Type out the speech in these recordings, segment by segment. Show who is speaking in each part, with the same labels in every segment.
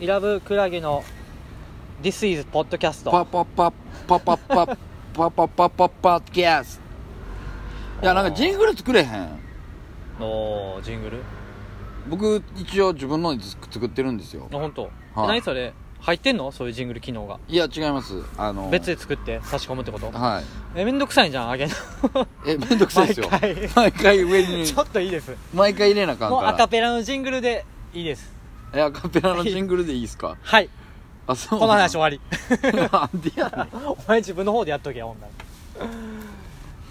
Speaker 1: イラブクラゲの This is ポッドキャス
Speaker 2: パ
Speaker 1: ト
Speaker 2: パパパパパパパパパパパッキャスいやなんかジングル作れへん
Speaker 1: のジングル
Speaker 2: 僕一応自分の作ってるんですよ
Speaker 1: あ本当。
Speaker 2: はい
Speaker 1: 何それ入ってんのそういうジングル機能が
Speaker 2: いや違いますあの
Speaker 1: 別で作って差し込むってこと
Speaker 2: はい
Speaker 1: えめんどくさいじゃんあげんの
Speaker 2: えめんどくさいですよ
Speaker 1: 毎回
Speaker 2: 毎回上に
Speaker 1: ちょっといいです
Speaker 2: 毎回入れなあかん
Speaker 1: もうア
Speaker 2: か
Speaker 1: カペラのジングルでいいです
Speaker 2: らえアカペラのジングルでいいですか
Speaker 1: はい
Speaker 2: あそ
Speaker 1: こ
Speaker 2: う
Speaker 1: の話終わり
Speaker 2: なんでやねん
Speaker 1: お前自分の方でやっとけよほんな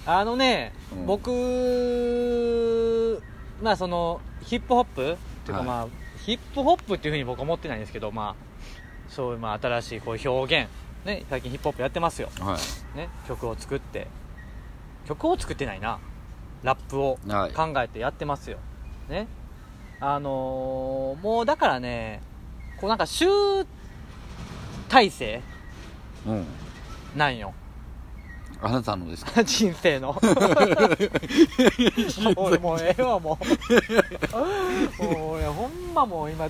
Speaker 1: らあのね、
Speaker 2: うん
Speaker 1: 僕まあそのヒップホップっていう
Speaker 2: は
Speaker 1: か
Speaker 2: い
Speaker 1: まあ、ヒップホップっていうふうに僕は思ってないんですけどまあそういうまあ新しいこういう表現ね最近ヒップホップやってますよ
Speaker 2: は
Speaker 1: ね曲を作って曲を作ってないなラップを
Speaker 2: いはい
Speaker 1: 考えてやってますよ、ねあのーもうだからねこうなんか集大成
Speaker 2: うん
Speaker 1: なんよ
Speaker 2: あなたのですか
Speaker 1: 人生 の俺もうええわもうもう俺ほんまもう今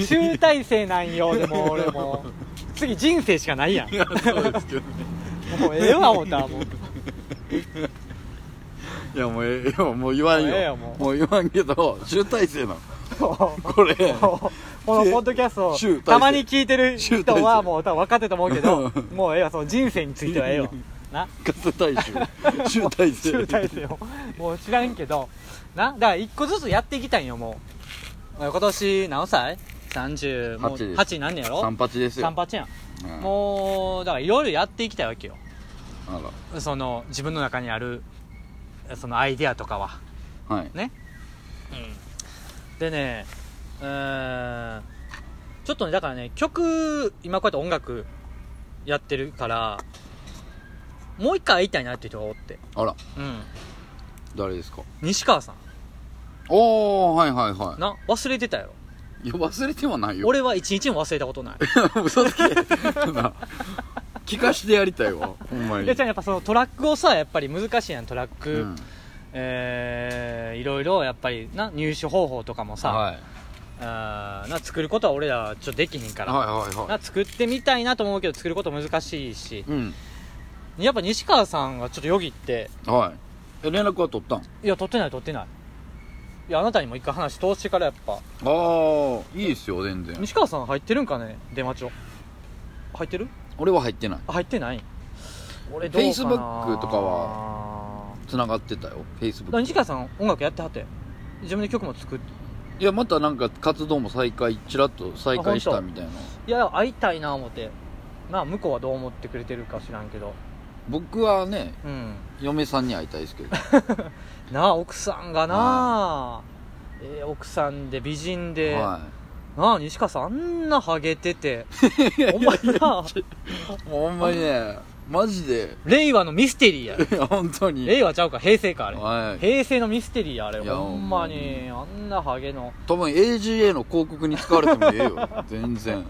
Speaker 1: 集大成なんよでも俺もう次人生しかないやん
Speaker 2: やそうですけどね
Speaker 1: もうええわ思ったわもう
Speaker 2: いやもうええよもう言わん
Speaker 1: もうええ
Speaker 2: よ
Speaker 1: よもう
Speaker 2: もう言わんけど集大成なの
Speaker 1: もう
Speaker 2: これ
Speaker 1: このポッドキャスト
Speaker 2: シュ
Speaker 1: を
Speaker 2: ー大勢
Speaker 1: たまに聞いてる
Speaker 2: シュー
Speaker 1: 人
Speaker 2: 大勢
Speaker 1: はもう多分分かってると思うけど
Speaker 2: うん
Speaker 1: もうええわその人生についてはええよな
Speaker 2: ガス大衆集大成
Speaker 1: 集大成をもう知らんけどなだから一個ずつやっていきたいんよもう今年何歳 ?30 もう
Speaker 2: 8です
Speaker 1: 8になんねやろ
Speaker 2: 三八ですよ
Speaker 1: 三八やん
Speaker 2: うん
Speaker 1: もうだからいろいろやっていきたいわけよ
Speaker 2: あ
Speaker 1: その自分の中にあるそのアイデアとかは
Speaker 2: らはい
Speaker 1: うんでねうーんちょっとねだからね曲今こうやって音楽やってるからもう一回会いたいなっていう人がおって
Speaker 2: あら
Speaker 1: うん
Speaker 2: 誰ですか
Speaker 1: 西川さん
Speaker 2: おおはいはいは
Speaker 1: な忘れてたやろ
Speaker 2: いいや忘れてはないよ
Speaker 1: 俺は一日も忘れたことない
Speaker 2: 嘘つけ な聞かしてやりたいわほんま
Speaker 1: い
Speaker 2: に
Speaker 1: やじゃあやっぱそのトラックをさやっぱり難しいやんトラック、
Speaker 2: うん
Speaker 1: えーいろいろやっぱりな入手方法とかもさ、
Speaker 2: はい
Speaker 1: あーな作ることは俺らはちょっとできひんから、
Speaker 2: はいはいは
Speaker 1: な作ってみたいなと思うけど作ること難しいし
Speaker 2: いうん
Speaker 1: やっぱ西川さんがちょっとよぎって
Speaker 2: はいえ連絡は取ったん
Speaker 1: いや取ってない取ってないいやあなたにも一回話通してからやっぱ
Speaker 2: ああいいですよ全然
Speaker 1: 西川さん入ってるんかね電話帳入ってる
Speaker 2: 俺は入ってない
Speaker 1: あ入ってない俺どうかな
Speaker 2: Facebook とか
Speaker 1: は
Speaker 2: 繋がってたよフェイスブック
Speaker 1: 西川さん音楽やってはって自分で曲も作って
Speaker 2: いやまたなんか活動も再開ちらっと再開し
Speaker 1: あ
Speaker 2: た
Speaker 1: 本
Speaker 2: みたいない
Speaker 1: や会いたいな思ってまあ向こうはどう思ってくれてるか知らんけど
Speaker 2: 僕はね
Speaker 1: うん
Speaker 2: 嫁さんに会いたいですけど
Speaker 1: なあ奥さんがなあ、ええ奥さんで美人で、
Speaker 2: は
Speaker 1: なあ西川さんあんなハゲててお前 ない
Speaker 2: もうほんまにねマジで
Speaker 1: 令和のミステリーや
Speaker 2: いや本当に
Speaker 1: 令和ちゃうか平成かあれ
Speaker 2: はい
Speaker 1: 平成のミステリーやあれ
Speaker 2: いや
Speaker 1: ほんまにあんなハゲの
Speaker 2: 多分 AGA の広告に使われてもええ よ全然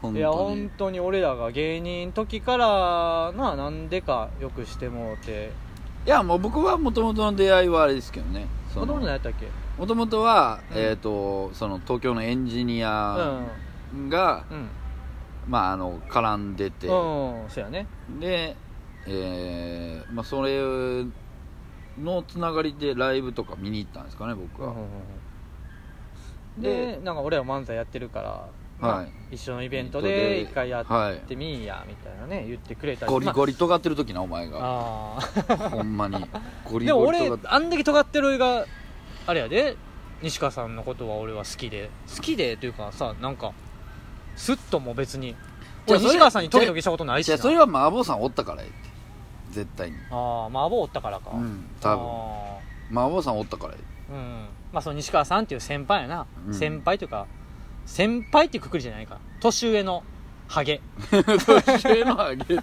Speaker 2: 本当
Speaker 1: い
Speaker 2: に
Speaker 1: や本当に俺らが芸人時からなあなんでかよくしてもうて
Speaker 2: いやもう僕はもともとの出会いはあれですけどね
Speaker 1: 子供のやったっけ
Speaker 2: もともとは、
Speaker 1: うん
Speaker 2: えっ、とその東京のエンジニ
Speaker 1: う
Speaker 2: ア
Speaker 1: ん
Speaker 2: が、
Speaker 1: うん
Speaker 2: まああの絡んでて、
Speaker 1: うんそうやね
Speaker 2: で、えーまあ、それのつながりでライブとか見に行ったんですかね僕
Speaker 1: うんう
Speaker 2: は、
Speaker 1: んうん
Speaker 2: で
Speaker 1: でなんか俺ら漫才やってるから
Speaker 2: はい
Speaker 1: 一緒のイベント
Speaker 2: イベ
Speaker 1: で
Speaker 2: ントで
Speaker 1: 一回や
Speaker 2: はい
Speaker 1: ってみいやみたいなね言ってくれたり
Speaker 2: ゴリ
Speaker 1: ま
Speaker 2: ゴリ尖ってる時なお前が
Speaker 1: ああー
Speaker 2: ほんまにゴ リ
Speaker 1: でも
Speaker 2: ゴリ
Speaker 1: 俺
Speaker 2: 尖って
Speaker 1: あんだけ尖ってる俺があれやで西川さんのことは俺は好きで好きでというかさなんかスッとも別に
Speaker 2: じゃ
Speaker 1: 俺
Speaker 2: あそれ
Speaker 1: 西川さんにトゲトゲしたことないし
Speaker 2: じゃ
Speaker 1: な
Speaker 2: あそれは麻婆さんおったからやって絶対に
Speaker 1: ああ麻婆おったからか
Speaker 2: うん多分
Speaker 1: あ
Speaker 2: 麻婆さんおったからや
Speaker 1: ーうんまあその西川さんっていう先輩やな、
Speaker 2: うん
Speaker 1: 先輩というか先輩ってくくりじゃないか年上のハゲ
Speaker 2: 年上のハゲっ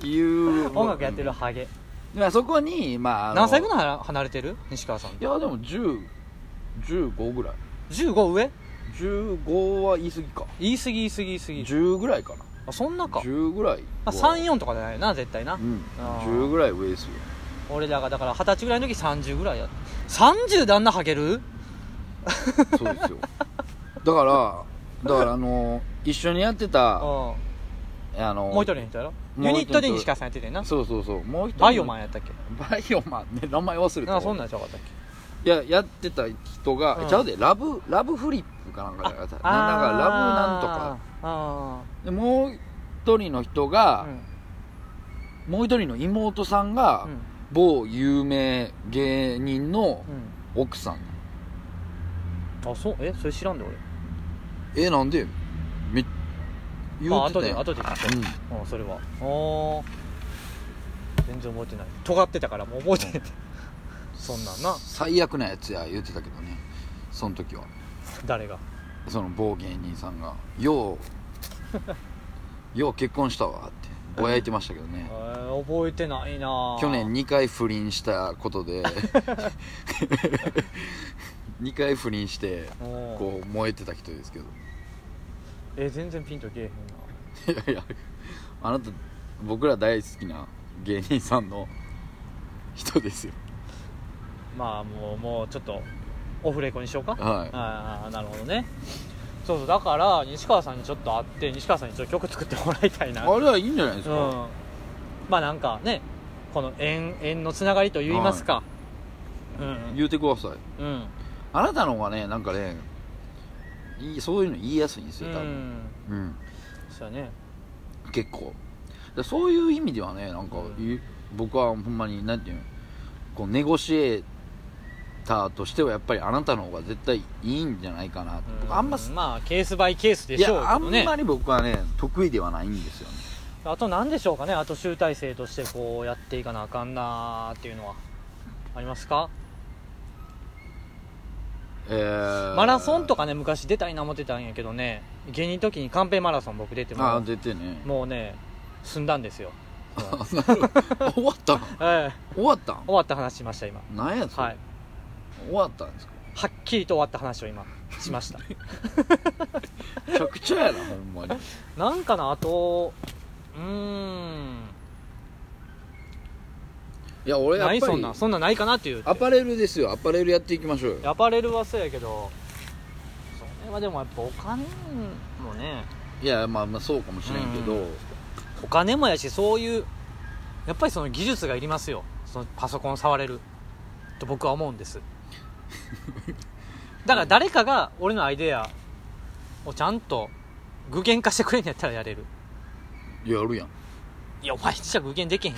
Speaker 2: ていう
Speaker 1: 音楽やってるハゲ
Speaker 2: まあそこにまああの
Speaker 1: 何歳ぐらいは離れてる西川さん
Speaker 2: いやでも1015ぐらい
Speaker 1: 15上
Speaker 2: 15は言い過ぎか
Speaker 1: 言い過ぎ言い過ぎ言い過ぎ
Speaker 2: 10ぐらいかな
Speaker 1: あそんなか
Speaker 2: 10ぐらい
Speaker 1: あ34とかじゃないよな絶対な、
Speaker 2: うん
Speaker 1: あー
Speaker 2: 10ぐらい上ですよ
Speaker 1: 俺らがだから二十歳ぐらいの時30ぐらいや30であんなハゲる
Speaker 2: そうですよだからだからあの一緒にやってたあ
Speaker 1: も
Speaker 2: の
Speaker 1: う一人の人やろ
Speaker 2: もう一人
Speaker 1: ユニットで西川さんやっててんな
Speaker 2: そうそうそうもう一人
Speaker 1: バイオマンやったっけ
Speaker 2: バイオマンね名前忘れ
Speaker 1: なんか
Speaker 2: た
Speaker 1: そんなんちゃうかったっけ
Speaker 2: いややってた人が、
Speaker 1: うん
Speaker 2: ちゃうでラブラブフリップかなんかやったなんかラブなんとか
Speaker 1: あーあ
Speaker 2: でもう一人の人
Speaker 1: ー
Speaker 2: が
Speaker 1: う、ん
Speaker 2: もう一人の妹さんが、
Speaker 1: うん
Speaker 2: 某有名芸人の
Speaker 1: う
Speaker 2: 奥さん
Speaker 1: んあそうえそれ知らんで俺
Speaker 2: えなんでめ言
Speaker 1: まあ
Speaker 2: うて
Speaker 1: 後
Speaker 2: た
Speaker 1: で
Speaker 2: やん、
Speaker 1: 後で聞
Speaker 2: うん
Speaker 1: くうんそれはおー全然覚えてない尖ってたからもう覚えてないそんなんな
Speaker 2: 最悪なやつや言うてたけどねその時は
Speaker 1: 誰が
Speaker 2: その某芸人さんが ようよう結婚したわってぼやいてましたけど
Speaker 1: え
Speaker 2: ね
Speaker 1: ー覚えてないな
Speaker 2: 去年2回不倫したこと で2回不倫して
Speaker 1: おー
Speaker 2: こう燃えてた人ですけど
Speaker 1: え全然ピンとけえへんない
Speaker 2: やいやあなた僕ら大好きな芸人さんの人ですよ
Speaker 1: まあもうもうちょっとオフレコにしようか
Speaker 2: はい
Speaker 1: ああなるほどねそうそうだから西川さんにちょっと会って西川さんにちょっと曲作ってもらいたいな
Speaker 2: あれはいいんじゃないです
Speaker 1: う
Speaker 2: か、
Speaker 1: んまあなんかねこの縁縁のつながりと言いますか、うん
Speaker 2: 言うてください
Speaker 1: うんうん
Speaker 2: あなたの方がねなんかねいいそういうの言いやすいんです
Speaker 1: う
Speaker 2: よ多分、
Speaker 1: ん
Speaker 2: うん
Speaker 1: そうやね
Speaker 2: 結構でそういう意味ではねなんか、
Speaker 1: う
Speaker 2: い僕はほんまになんていうのこうネゴシエーターとしてはやっぱりあなたの方が絶対いいんじゃないかな、
Speaker 1: うん
Speaker 2: 僕あんま、
Speaker 1: まあケースバイケースで
Speaker 2: い
Speaker 1: しょうけ
Speaker 2: やあん
Speaker 1: どね
Speaker 2: まり僕はね得意ではないんですよね
Speaker 1: あと何でしょうかねあと集大成としてこうやっていかなあかんなーっていうのはありますか
Speaker 2: えー
Speaker 1: マラソンとかね昔出たいな思ってたんやけどね芸人の時にカンペマラソン僕出て
Speaker 2: あ
Speaker 1: も
Speaker 2: 出てね
Speaker 1: もうね済んだんですよ、
Speaker 2: あなるほど 終わったの
Speaker 1: ええ
Speaker 2: 終わったん
Speaker 1: 終わった話しました今
Speaker 2: 何やそれ、
Speaker 1: はい
Speaker 2: 終わったんですか
Speaker 1: はっきりと終わった話を今しま した
Speaker 2: めちゃくちゃやなほんまに
Speaker 1: なんかなあとうーん
Speaker 2: いや俺やっぱ
Speaker 1: ない
Speaker 2: り
Speaker 1: そんなんそんなんないかなっていう
Speaker 2: アパレルですよアパレルやっていきましょうよ
Speaker 1: アパレルはそうやけどそれはでもやっぱお金もね
Speaker 2: いやまあまあそうかもしれんけど、
Speaker 1: うお金もやしそういうやっぱりその技術がいりますよそのパソコン触れると僕は思うんです だから誰かが俺のアイデアをちゃんと具現化してくれんやったらやれる
Speaker 2: やるやん
Speaker 1: いやお前じゃ具現できへ ん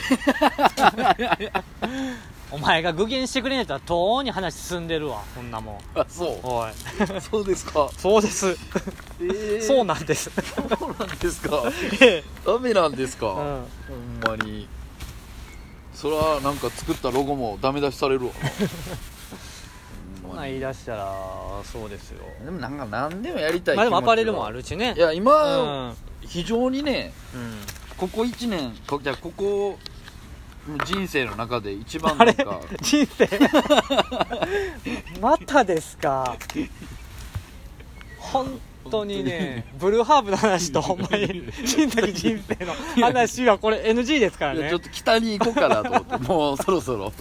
Speaker 1: お前が具現してくれんやったらとうに話進んでるわこんなもん
Speaker 2: あそ
Speaker 1: おいう
Speaker 2: そうですか
Speaker 1: そうです、
Speaker 2: えー
Speaker 1: そうなん です
Speaker 2: そうなんですか
Speaker 1: ええ
Speaker 2: ダメなんです
Speaker 1: う
Speaker 2: か、
Speaker 1: ん
Speaker 2: ほんまにそれはなんか作ったロゴもダメ出しされるわ
Speaker 1: そ
Speaker 2: ほ
Speaker 1: ん
Speaker 2: ん
Speaker 1: な
Speaker 2: ま
Speaker 1: ん言い
Speaker 2: に
Speaker 1: 出したらそうですよ
Speaker 2: でもなんか何でもやりたい
Speaker 1: まあでもア
Speaker 2: 気持ちは
Speaker 1: パレルもあるしね
Speaker 2: いや
Speaker 1: うん
Speaker 2: 今、非常にね
Speaker 1: うん
Speaker 2: ここ1年こじゃあここ人生の中で一番
Speaker 1: あ
Speaker 2: なん
Speaker 1: れ
Speaker 2: か
Speaker 1: 人生またですか本当にねブルーハーブの話とほんまに人生人生の話はこれ NG ですから
Speaker 2: いや
Speaker 1: ね
Speaker 2: ちょっと北に行こうかなと思って もうそろそろ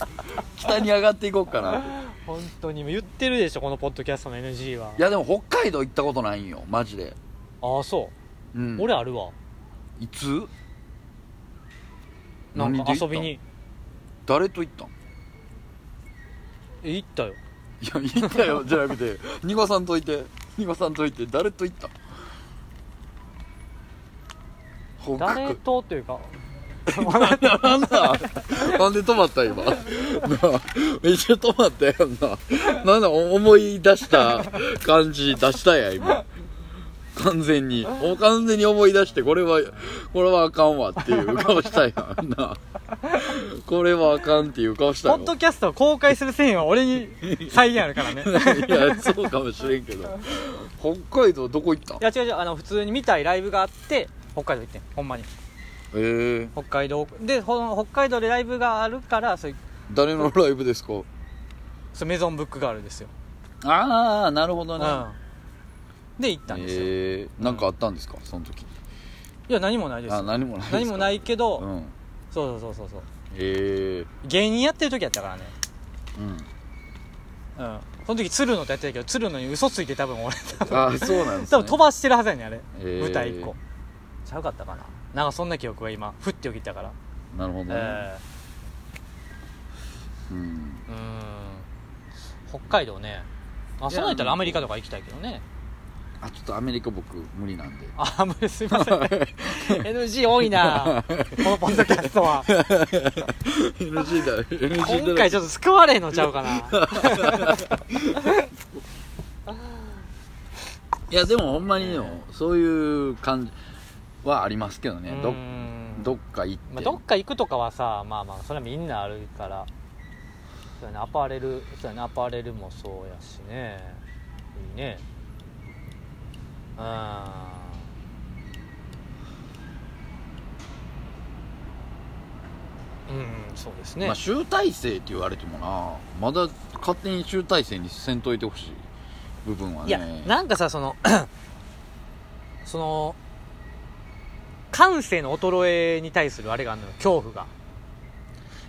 Speaker 2: 北に上がっていこうかなと
Speaker 1: 本当に言ってるでしょこのポッドキャストの NG はい
Speaker 2: やでも北海道行ったことないんよマジで、
Speaker 1: ああそうう、
Speaker 2: ん、
Speaker 1: 俺あるわ
Speaker 2: いつ
Speaker 1: なん
Speaker 2: 何
Speaker 1: か
Speaker 2: で行った
Speaker 1: 遊びに
Speaker 2: 誰と行ったん
Speaker 1: え行ったよ
Speaker 2: いや行ったよじゃなくてニゴさんといてニゴさんといて誰と行ったん北
Speaker 1: 誰
Speaker 2: 海
Speaker 1: とというか
Speaker 2: なんだ なんで止まった今なあめっちゃ止まったやんななんだお思い出した感じ出したやん今完全にお完全に思い出してこれはこれはあかんわっていう顔したやんなこれはあかんっていう顔した
Speaker 1: ポ
Speaker 2: や
Speaker 1: ッドキャストを公開する線は俺 に再現あるからね
Speaker 2: いやそうかもしれんけど北海道どこ行ったん
Speaker 1: いや違う違うあの普通に見たいライブがあって北海道行ってんほんまに
Speaker 2: えー、
Speaker 1: 北海道でほん北海道でライブがあるからそういう
Speaker 2: 誰のライブですか
Speaker 1: そうメゾンブックガールですよ、
Speaker 2: ああなるほ
Speaker 1: う
Speaker 2: ど
Speaker 1: ん、で行ったんですよ、
Speaker 2: えー、なんかあったんですかその時
Speaker 1: いや何もないです
Speaker 2: あ
Speaker 1: よ
Speaker 2: 何もないですか
Speaker 1: 何もないけど、
Speaker 2: うん
Speaker 1: そうそうそうそうそう
Speaker 2: ええ
Speaker 1: 芸人やってる時やったからね
Speaker 2: うん
Speaker 1: うんその時鶴野とやってたけど鶴野に嘘ついて多分俺多分
Speaker 2: ああそうなんです、
Speaker 1: 多
Speaker 2: ね、
Speaker 1: 分飛ばしてるはずやねんあれ
Speaker 2: へー
Speaker 1: 舞台1個ちゃうかったかななんかそんな記憶が今ふってよぎったから、
Speaker 2: なるほどね、
Speaker 1: え
Speaker 2: うん
Speaker 1: ーうーん北海道ねあそうなんやったらアメリカとか行きたいけどね
Speaker 2: あちょっとアメリカ僕無理なんで
Speaker 1: あ無理すいません NG 多い なこのポッドキャスト は
Speaker 2: NG だ NG
Speaker 1: 今回ちょっと救われへんのちゃうか な
Speaker 2: いやでもほんまにでもそういう感じはありますけどね
Speaker 1: う
Speaker 2: ど
Speaker 1: ーん
Speaker 2: どっか行って、
Speaker 1: まあ、どっか行くとかはさまあまあそれはみんなあるからそうやねアパレルそうやねアパレルもそうやしねいいねうんうんそうですね、
Speaker 2: まあ、集大成って言われてもなまだ勝手に集大成にせんといてほしい部分はね
Speaker 1: いやなんかさその その感性の衰えに対するあれがあるのよ恐怖が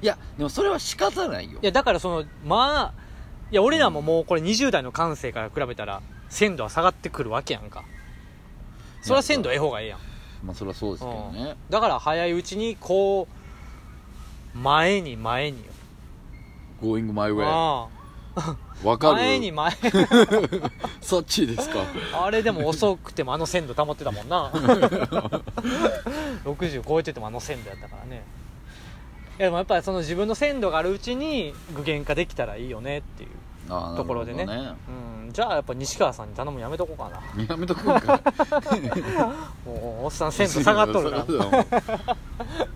Speaker 2: いやでもそれは仕方ないよ
Speaker 1: いやだからそのまあいや俺らももうこれ20代の感性から比べたら鮮度は下がってくるわけやんかそれは鮮度ええ方がええやん
Speaker 2: まあそれはそうですけどね
Speaker 1: だから早いうちにこう前に前によ
Speaker 2: Going my way
Speaker 1: あ
Speaker 2: わ
Speaker 1: あ
Speaker 2: かる
Speaker 1: 前に前
Speaker 2: そっちですか
Speaker 1: あれでも遅くてもあの鮮度保ってたもんな60超えててもあの鮮度やったからねいやでもやっぱりその自分の鮮度があるうちに具現化できたらいいよねっていう
Speaker 2: あー
Speaker 1: ところでね
Speaker 2: なるほ
Speaker 1: うんじゃあやっぱ西川さんに頼むのやめとこうかな
Speaker 2: どねやめとく んか
Speaker 1: もうおっさん鮮度下がっと るな
Speaker 2: 下がっとるな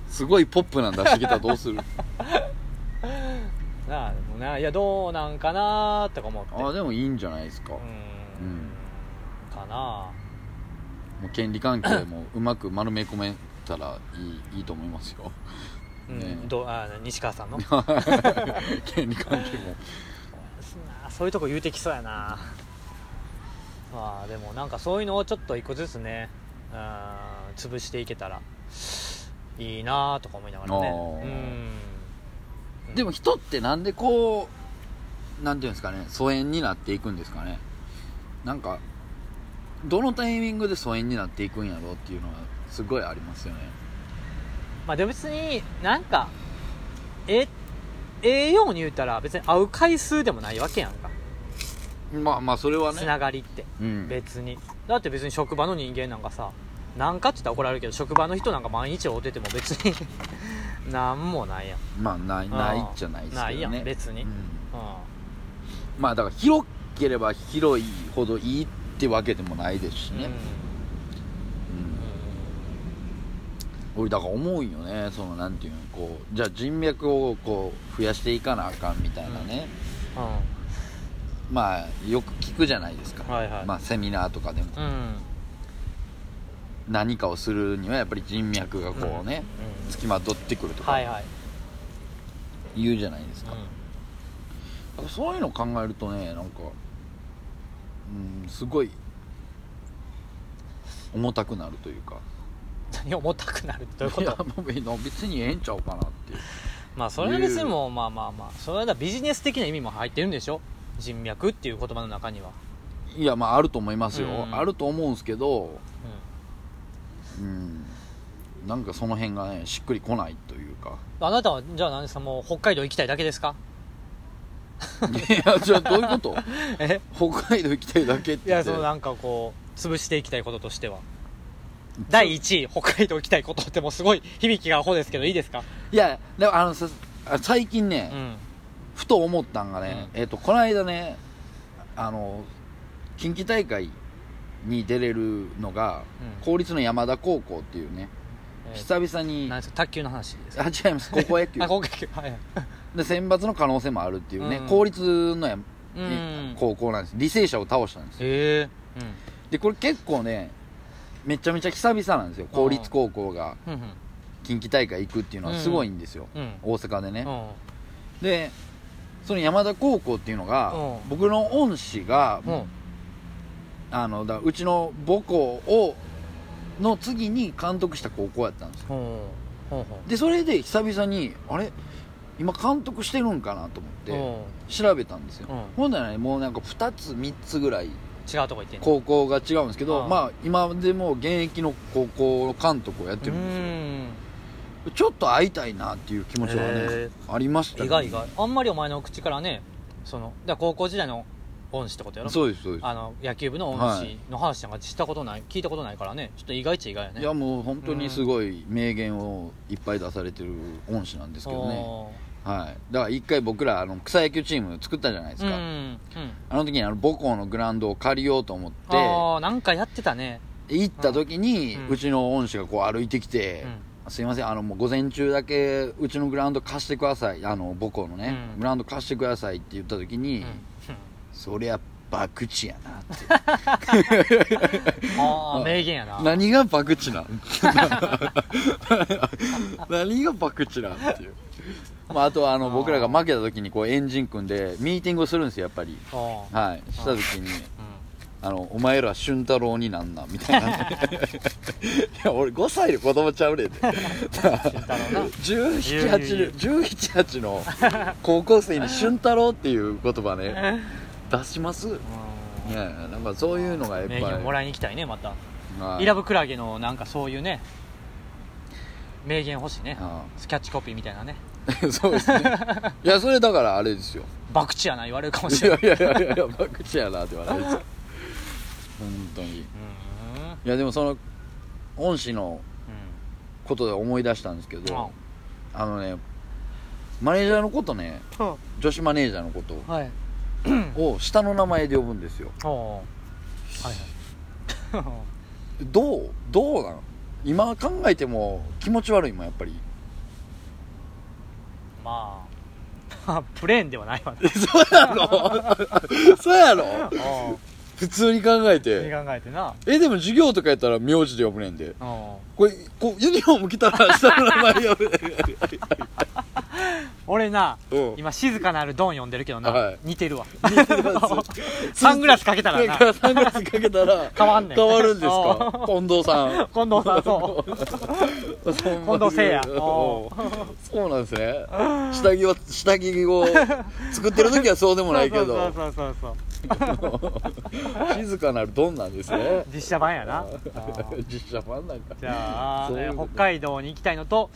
Speaker 2: すごいポップなん出してきたらど うする
Speaker 1: なあでもないやどうなんかなとか思って
Speaker 2: ああでもいいんじゃないですか、
Speaker 1: うーん
Speaker 2: うん
Speaker 1: かな
Speaker 2: もう権利関係もうまく丸め込めたらいいいいと思いま すよ
Speaker 1: うん、
Speaker 2: ねえ
Speaker 1: どうあ西川さ んの
Speaker 2: 権利関係も
Speaker 1: そういうとこ言うてきそうやなまあでもなんかそういうのをちょっと一個ずつねうん潰していけたらいいなとか思いながら
Speaker 2: あ
Speaker 1: ね
Speaker 2: ー
Speaker 1: うん
Speaker 2: でも人ってなんでこうなんていうんですかね疎遠になっていくんですかねなんかどのタイミングで疎遠になっていくんやろうっていうのはすごいありますよね
Speaker 1: まあでも別になんかえええように言うたら別に会う回数でもないわけやんか
Speaker 2: まあまあそれは
Speaker 1: つ
Speaker 2: ね
Speaker 1: ながりって
Speaker 2: うん
Speaker 1: 別にだって別に職場の人間なんかさなんかって言ったら怒られるけど職場の人なんか毎日会うてても別に なんもないやん
Speaker 2: まあないないじゃないですけどね
Speaker 1: ないやん別に
Speaker 2: うん
Speaker 1: う
Speaker 2: まあだから広ければ広いほどいいってわけでもないですし
Speaker 1: ん、
Speaker 2: ね、
Speaker 1: うん
Speaker 2: うん俺だから思うよねそのなんていうのこうじゃあ人脈をこう増やしていかなあかんみたいなね、
Speaker 1: う
Speaker 2: まあよく聞くじゃないですか、
Speaker 1: はいはい
Speaker 2: まあ、セミナーとかでも
Speaker 1: んうん
Speaker 2: 何かをするにはやっぱり人脈がこうね、
Speaker 1: うん
Speaker 2: 付きまとってくると
Speaker 1: は
Speaker 2: か
Speaker 1: いはい、
Speaker 2: 言うじゃないですか、
Speaker 1: う
Speaker 2: だからそういうの考えるとねなんかうんすごい重たくなると いうか
Speaker 1: ん、何重たくなるってどういうこ
Speaker 2: いや
Speaker 1: と
Speaker 2: もう別にええんちゃうかなっていう
Speaker 1: まあそれは別にもうまあまあまあそれはだビジネス的な意味も入ってるんでしょ人脈っていう言葉の中には、
Speaker 2: いやまああると思いますよ、
Speaker 1: うん
Speaker 2: あると思うんですけど
Speaker 1: う
Speaker 2: うんなんかその辺がねしっくりこないという か
Speaker 1: ん、あなたはじゃあ何ですかもう北海道行きたいだけですか
Speaker 2: いやじゃあどういうこと
Speaker 1: え
Speaker 2: 北海道行きたいだけって
Speaker 1: い
Speaker 2: 言
Speaker 1: や
Speaker 2: って
Speaker 1: そのなんかこう潰していきたいこととしては第1位北海道行きたいことってもうすごい響きがアホですけどいいですか
Speaker 2: いやでもあのさあ最近ね、
Speaker 1: うん
Speaker 2: ふと思ったんがね、えっとこの間ねあの近畿大会に出れるのが、
Speaker 1: うん
Speaker 2: 公立の山田高校っていうね、
Speaker 1: えー
Speaker 2: 久々に
Speaker 1: 何
Speaker 2: あ
Speaker 1: ですか卓球の話ですか
Speaker 2: 違います高校野球
Speaker 1: あ高校野球はいはい
Speaker 2: で選抜の可能性もあるっていうね、
Speaker 1: うん
Speaker 2: 公立のや、
Speaker 1: うん
Speaker 2: 高校なんです履正社を倒したんですよ
Speaker 1: え
Speaker 2: でこれ結構ねめちゃめちゃ久々なんですよ公立高校が
Speaker 1: えうんうん
Speaker 2: 近畿大会行くっていうのはすごいんですよ、
Speaker 1: うんうん
Speaker 2: 大阪でね、
Speaker 1: うん
Speaker 2: でその山田高校っていうのが、
Speaker 1: うん
Speaker 2: 僕の恩師が、
Speaker 1: うん
Speaker 2: あのだうちの母校をの次に監督した高校やったんですよ
Speaker 1: ほうほうほう
Speaker 2: でそれで久々にあれ今監督してるんかなと思
Speaker 1: うん
Speaker 2: って調べたんですよ、
Speaker 1: うん
Speaker 2: ほんならねもうなんか2つ3つぐらい
Speaker 1: 違うとこ行ってんの
Speaker 2: 高校が違うんですけど
Speaker 1: ああ
Speaker 2: まあ今でも現役の高校の監督をやってる
Speaker 1: うん
Speaker 2: で
Speaker 1: ん
Speaker 2: すよちょっと会いたいなっていう気持ちはね、
Speaker 1: へ
Speaker 2: ありました
Speaker 1: 意外意外あんまりお前の口からねそのだから高校時代の恩師ってことやろ
Speaker 2: そうですそうです
Speaker 1: あの野球部の恩師の話なんかしたことない、聞いたことないからねちょっと意外っちゃ意外やね
Speaker 2: いやもう本当にすごい名言をいっぱい出されてる恩師なんですけどね、
Speaker 1: おー
Speaker 2: はい、だから一回僕らあの草野球チーム作ったじゃないですか、
Speaker 1: うんうん
Speaker 2: あの時にあの母校のグラウンドを借りようと思って
Speaker 1: ああなんかやってたね、
Speaker 2: 行った時に、
Speaker 1: う
Speaker 2: うんちの恩師がこう歩いてきて
Speaker 1: うん
Speaker 2: 「すいませんあのもう午前中だけうちのグラウンド貸してくださいあの母校のね、
Speaker 1: うん
Speaker 2: グラウンド貸してください」って言った時に「
Speaker 1: うん
Speaker 2: そりゃバクチやな」って
Speaker 1: うん、ああ名言やな
Speaker 2: 何がバクチなん 何がバクチなんっていう、まあ、あとはあ
Speaker 1: あ
Speaker 2: の
Speaker 1: ー
Speaker 2: 僕らが負けた時にこうエンジン組んでミーティングをするんですよやっぱり
Speaker 1: あー
Speaker 2: はいした時に
Speaker 1: う
Speaker 2: あの「お前ら俊太郎になんな」みたい な、ね、いや俺5歳の子供ちゃうね んで
Speaker 1: ん俊太郎な
Speaker 2: 1718 17の高校生に「俊太郎」っていう言葉ね出しますねえなんかそういうのがやっぱ
Speaker 1: 名
Speaker 2: り、
Speaker 1: 言をもらいに行きたいねまた、
Speaker 2: はい
Speaker 1: イラブクラゲのなんかそういうね名言欲しいね
Speaker 2: あ
Speaker 1: キャッチコピーみたいなね
Speaker 2: あ そうですねいやそれだからあれですよ
Speaker 1: バクチやな言われるかもし
Speaker 2: い
Speaker 1: れない
Speaker 2: やいやいやいやいやバクチやなって言わないですよ本当にいやでもその恩師の
Speaker 1: う
Speaker 2: ことで思い出したんですけ
Speaker 1: んうん
Speaker 2: どあのねマネージャーのことね
Speaker 1: あ
Speaker 2: 女子マネージャーのこと
Speaker 1: はい
Speaker 2: を下の名前で呼ぶんですよ
Speaker 1: おおはい はい
Speaker 2: どうどうなん今考えても気持ち悪いもんやっぱり
Speaker 1: まあプレーンではないわね
Speaker 2: そうやろそうやろ
Speaker 1: おお
Speaker 2: 普通に考え
Speaker 1: 考
Speaker 2: て
Speaker 1: えてな
Speaker 2: えでも授業とかやったら名字で呼ぶねんで
Speaker 1: おお
Speaker 2: これこうユニフォーム着たら下の名前呼ぶね
Speaker 1: 俺なん
Speaker 2: うん
Speaker 1: 今静かなるドン呼んでるけど
Speaker 2: は
Speaker 1: ない似てるわ サ
Speaker 2: サ
Speaker 1: ングラスかけたらな
Speaker 2: サングラスかけたら
Speaker 1: 変わんねん
Speaker 2: 変わるんです
Speaker 1: あ
Speaker 2: か近藤さん
Speaker 1: 近藤さんそう近藤誠 也
Speaker 2: おうそうなんですね下着は下着を作ってる時はそうでもないけど
Speaker 1: そうそうそうそうそう
Speaker 2: 静かなるドンなんですね
Speaker 1: 実写版や な
Speaker 2: 実写版なんか
Speaker 1: じゃあ、
Speaker 2: そうい
Speaker 1: え
Speaker 2: う
Speaker 1: ー
Speaker 2: こ
Speaker 1: 北
Speaker 2: と
Speaker 1: 海道に行きたいのと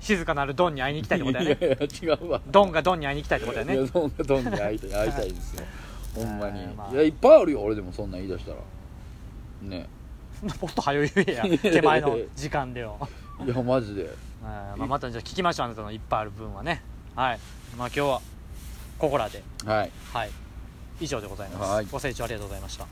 Speaker 1: 静かなるドンに会いに行きたいってこと
Speaker 2: い
Speaker 1: だ
Speaker 2: や
Speaker 1: よ
Speaker 2: い
Speaker 1: ね
Speaker 2: や違うわ
Speaker 1: ドンがドンに会いに行きたいってことだよ
Speaker 2: い
Speaker 1: ね
Speaker 2: やドンがドンに会いたい会いたいですよほんまに
Speaker 1: あーまあ
Speaker 2: いやいっぱいあるよ俺でもそんなん言い出したらね
Speaker 1: もっと早い言えや手前の時間でよ、
Speaker 2: いやマジで
Speaker 1: えーまあ、またじゃあ聞きましょうあなたのいっぱいある分はねはいまあ今日はここらで
Speaker 2: はい
Speaker 1: はい以上でございます
Speaker 2: はい
Speaker 1: ご清聴ありがとうございました